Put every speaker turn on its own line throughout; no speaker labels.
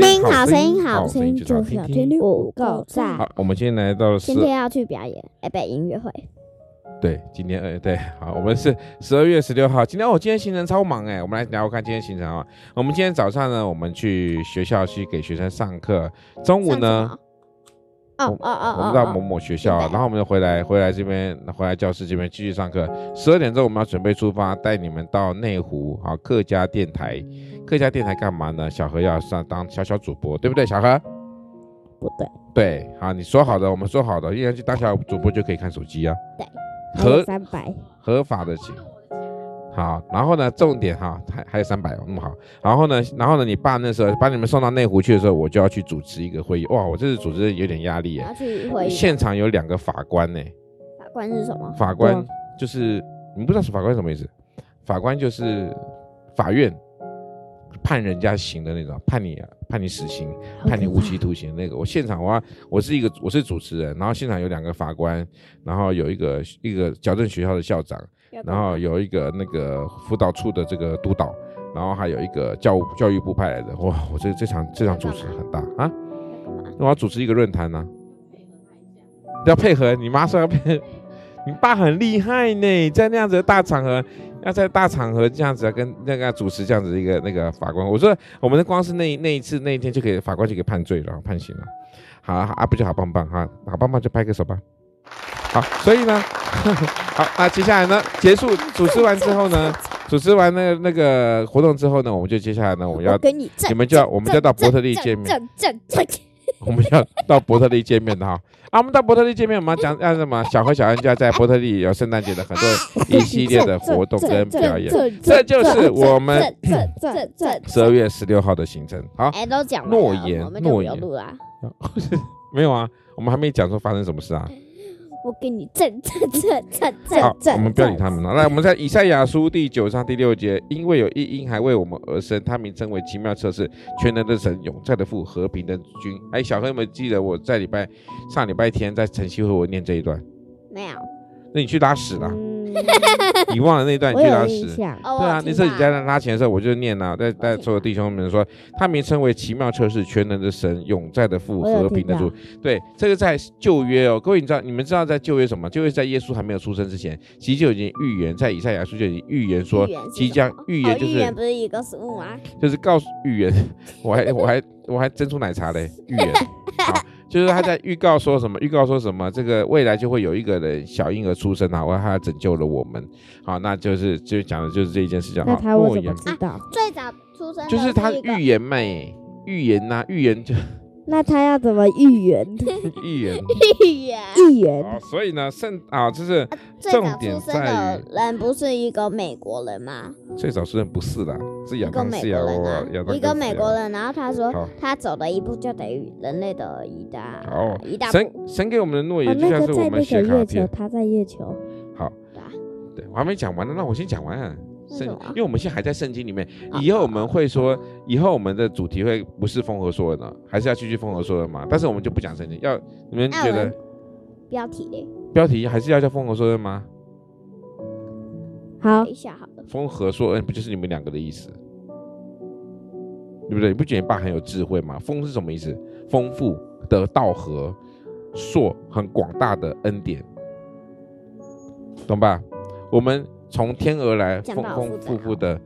天
天好声音，好
声
声音
就是好
是
听
好
听
听。听。
五
够赞
好，我们今天来到了十
今，天要去表演，哎，不，音乐会。
对，今天呃对，好，我们是十二月十六号。今天我、今天行程超忙哎、我们来聊看今天行程啊。我们今天早上呢，我们去学校去给学生上课，中午
上什
呢，
么？哦哦哦
我
哦
们到某
哦，
某学校，啊
明白
然后我们就回来，回来这边，回来教室这边继续上课。十二点之后我们要准备出发，带你们到内湖好客家电台。客家电台干嘛呢？小何要上当小小主播，对不对？小何，
不对，
对，好，你说好的，我们说好的，一人去当小主播就可以看手机啊。
对，
还有
合
三百，
合法的钱。好，然后呢，重点哈，还还有三百哦，那么好。然后呢，然后呢，你爸那时候把你们送到内湖去的时候，我就要去主持一个会议。哇，我这次主持有点压力耶。
要去
啊
会议。
现场有两个法官呢、
法官是什么？
法官
对啊
就是你不知道是法官什么意思？法官就是法院判人家刑的那种，判你判你死刑，判你无期徒刑那个。我现场我要我是一个我是主持人，然后现场有两个法官，然后有一个一个矫正学校的校长，然后有一个那个辅导处的这个督导，然后还有一个教务教育部派来的。哇，我这这场这场主持很大啊！我要主持一个论坛呢、要配合你妈说要配，你爸很厉害呢，在那样子的大场合，要在大场合这样子啊跟那个主持这样子一个那个法官，我说我们的光是那那一次那一天就给法官就给判罪了，判刑了。好啊，啊不就好棒棒哈，好棒棒就拍个手吧。好，所以呢， 好，那接下来呢，结束主持完之后 呢，主持完那个那个活动之后呢，我们就接下来呢，我们要
我跟你正
你们就要我们就要到伯特利见面
正正正正
我们要到伯特利见面的哈。啊，我们到伯特利见面，我们要讲
嗯
要什么？小何、小安就要在伯特利有圣诞节的很多一系列的活动跟表演。
啊
这
这
就是我们嗯
正正正
十二月十六号的行程。好，
哎，都讲完了
诺言
我们就不
诺
用
言
录啊啦。
没有啊，我们还没讲说发生什么事啊。
我给你正正正正
好
正，正，
我们不要理他们了。来，我们在以赛亚书第九章第六节，因为有一婴还为我们而生，他名称为奇妙测试、全能的神、永在的父、和平的君。哎，小何有没有记得我在礼拜上礼拜天在晨曦会我念这一段？
没有。
那你去拉屎啦，
嗯
你忘了那一段，你
我
去拉
有
屎
印。象，
哦，
对啊，
我
那
有听
时候你
到
在拉琴的时候，我就念啊，在在
我听
所有弟兄们说，他名称为奇妙测试、全能的神、永在的父、
我有
和平的
听
主。对，这个在旧约哦，各位你知道，你们知道在旧约什么？旧约在耶稣还没有出生之前，其实就已经预言，在以赛亚书就已经预言说
预，言是
即
什
将
么
预
哦
言就
预言
是
不是一个食物吗？
就是告诉预言，我 还我还我还珍珠奶茶嘞，预言。好就是他在预告说什么？预 告说什么？这个未来就会有一个人小婴儿出生啊，我他拯救了我们。好，那就是就讲的就是这一件事情啊。
那他我
诺
怎么
言
知道？
最早出生的
就是他
是一个
预言妹，预言呐、预言 就
那他要怎么预言？
预言。
预言。
预言
哦，所以呢，圣啊，就是
最早
重点
出生
在
的
于
人不是一个美国人吗？
最早是人不是啦，是亚
一个
当
美
斯
国
亚
人
欧啊
啊，
亚当，
一个美国。人。然后他说
好，
他走的一步就等于人类的一大
好
一大
神
步。
神给我们的诺
啊
哦，
言，就
那
像
个
是
在
我们
那
写
个
卡
月球，
片。
他在月球，
对，我还没讲完呢，那我先讲完、啊。
为
圣
什么，
因为我们现在还在圣经里面，
啊
以后我们会说，以后我们的主题会不是风和说的，还是要继续风和说的嘛？但是我们就不讲圣经，要你们
那
觉
我
得
们标题嘞，
标题还是要叫风和说的吗？
好
等，一下好了。
风和说嗯恩不就是你们两个的意思，对不对？你不觉得你爸很有智慧吗？丰是什么意思？丰富的道和硕很广大的恩典，懂吧？我们从天而来，
讲
丰
得好
丰
复杂
富
哦
富的。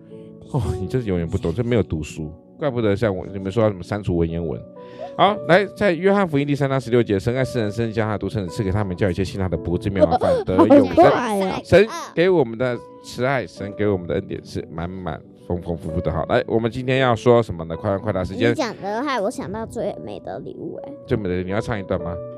哦，你就是永远不懂，这没有读书，怪不得像我你们说要什么删除文言文。好，来，在约翰福音第三章十六节，神爱世人，生将他的独生子赐给他们，叫一切信他的不至灭亡，反得
好
哎
永生
怪。啊
神
二
给我们的慈爱，神给我们的恩典是满满丰丰富富的。好，来，我们今天要说什么呢？快问快答时
你
间，
讲的害我想到最美的礼物哎，
最美的你要唱一段吗？
啊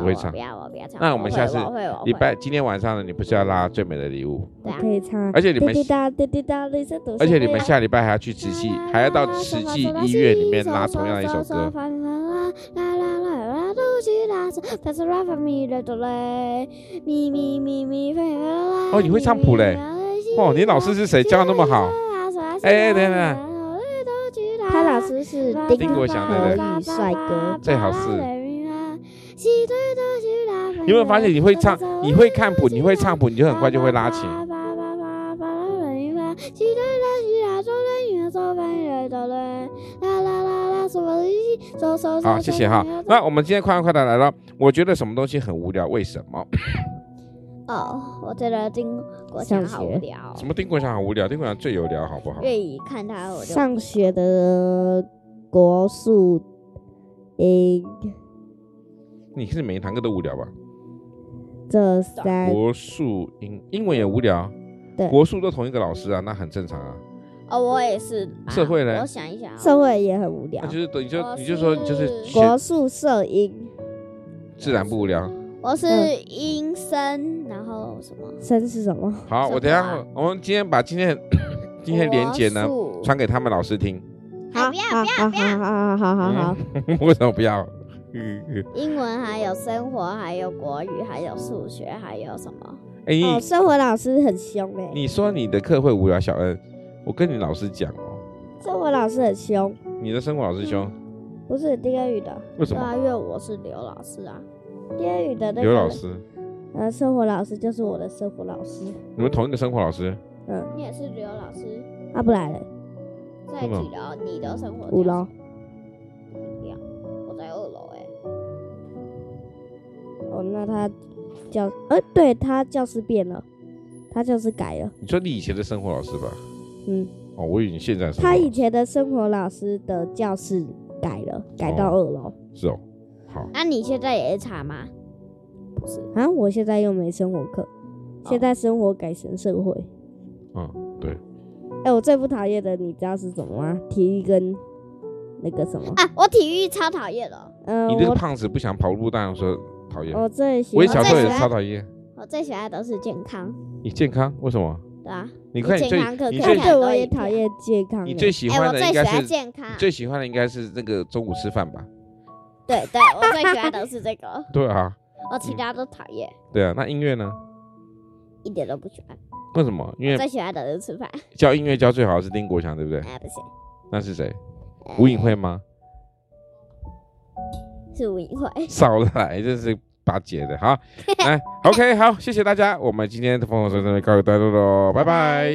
不会
我
唱
不要我不要唱。
那我们
会
下次
我会我会
礼拜今天晚上呢，你不是要拉最美的礼物，
对啊
可以唱啊。
而且你
滴
们，
滴答，滴滴答，绿色都
而且你们下礼拜还要去慈溪，还要到慈济医院里面拉同样的一首歌。。
啦啦啦啦，都去拉手，他是拉法咪的哆来，咪咪咪咪咪啦。
哦你会唱谱嘞？哦，你老师是谁？教得那么好？。
哎，等等，
他老师是
丁
丁国祥对不对
国宇帅哥，
最好是。你有没有发现你会唱，你会看谱，你会唱谱，你就很快就会拉琴。。
什么东西，手手手。
好，谢谢哈。那我们今天快问快答来了，我觉得什么东西很无聊？为什么？
哦，我觉得丁国强好无聊哦
什，么丁国强很无聊？丁国强最有聊，好不好？
越一看他我就
上学的国术，诶，
你是每一堂课都无聊吧？
这三
国术英英文也无聊，
哎
啊
对
国术都同一个老师啊，那很正常啊。
哦，我也是吧。
社会嘞
我想一想啊，
社会也很无聊
那，就是等你就
我
你就说你就是
是
学
国术、摄影、
自然不无聊。
我是
嗯
阴生，然后什么？
生是什么？
好，我等一
什
下
么啊
我们今天把今天今天连结呢
国术
传给他们老师听。
哎
好，
不要
好，好，好，好，好，好，好，
为什么不要？
英文还有生活，还有国语，还有数学，还有什么？
哎，你
哦，生活老师很凶哎，
你说你的课会无聊，小恩，我跟你老师讲哦，
生活老师很凶，
你的生活老师凶，
不是丁恩宇的，
为什
对
么？
嗯啊，因为我是刘老师啊。
丁恩宇的那
刘老
个
师，
呃生活老师就是我的生活老师，
你们同一个生活老师，
嗯，
你也是刘老师，
啊不然嘞，
在
真的
几楼？你的生活
五
叫
楼
什么不要，我在二楼哎、
哦，那他教，呃，对他教室变了，他教室改了，
你说你以前的生活老师吧？
嗯，
哦，我以为你现在的生活
他
老师
以前的生活老师的教室改了，改到
哦
二楼。
是哦，好，
那、啊你现在也是查吗？不是，
啊，我现在又没生活课，现在生活改成社会。
嗯，对，
哎、我最不讨厌的，你知道是什么吗？体育跟那个什么，
啊，我体育超讨厌的，哦
嗯、
你这个胖子不想跑步，当然说讨厌
我。我最喜
我
欢
一小时
最
候也
喜欢
超讨厌。
我最喜欢的是健康，
你健康为什么？
对啊。
你看你
健
最
康课
你
看
但
最
看
对我
都
也
一样
讨厌健康欸、
你最喜
哎、
欢
我
的
最
应
喜
该
欢
是
健康
你，最喜欢的应该是那个中午吃饭吧？
对对，我最喜欢的是这个，
对啊，
我其他都讨厌，
对啊。那音乐呢？
一点都不喜欢。
为什么？因
我
为
最喜欢的是吃饭，
教音乐教最好的是丁国强，对不对？
哎、不行，
那是谁？
哎
吴颖慧吗？
是吴颖慧。
少来，这是巴结的。好，来，OK，好，谢谢大家，我们今天的《疯狂说》这边告一段落喽，拜拜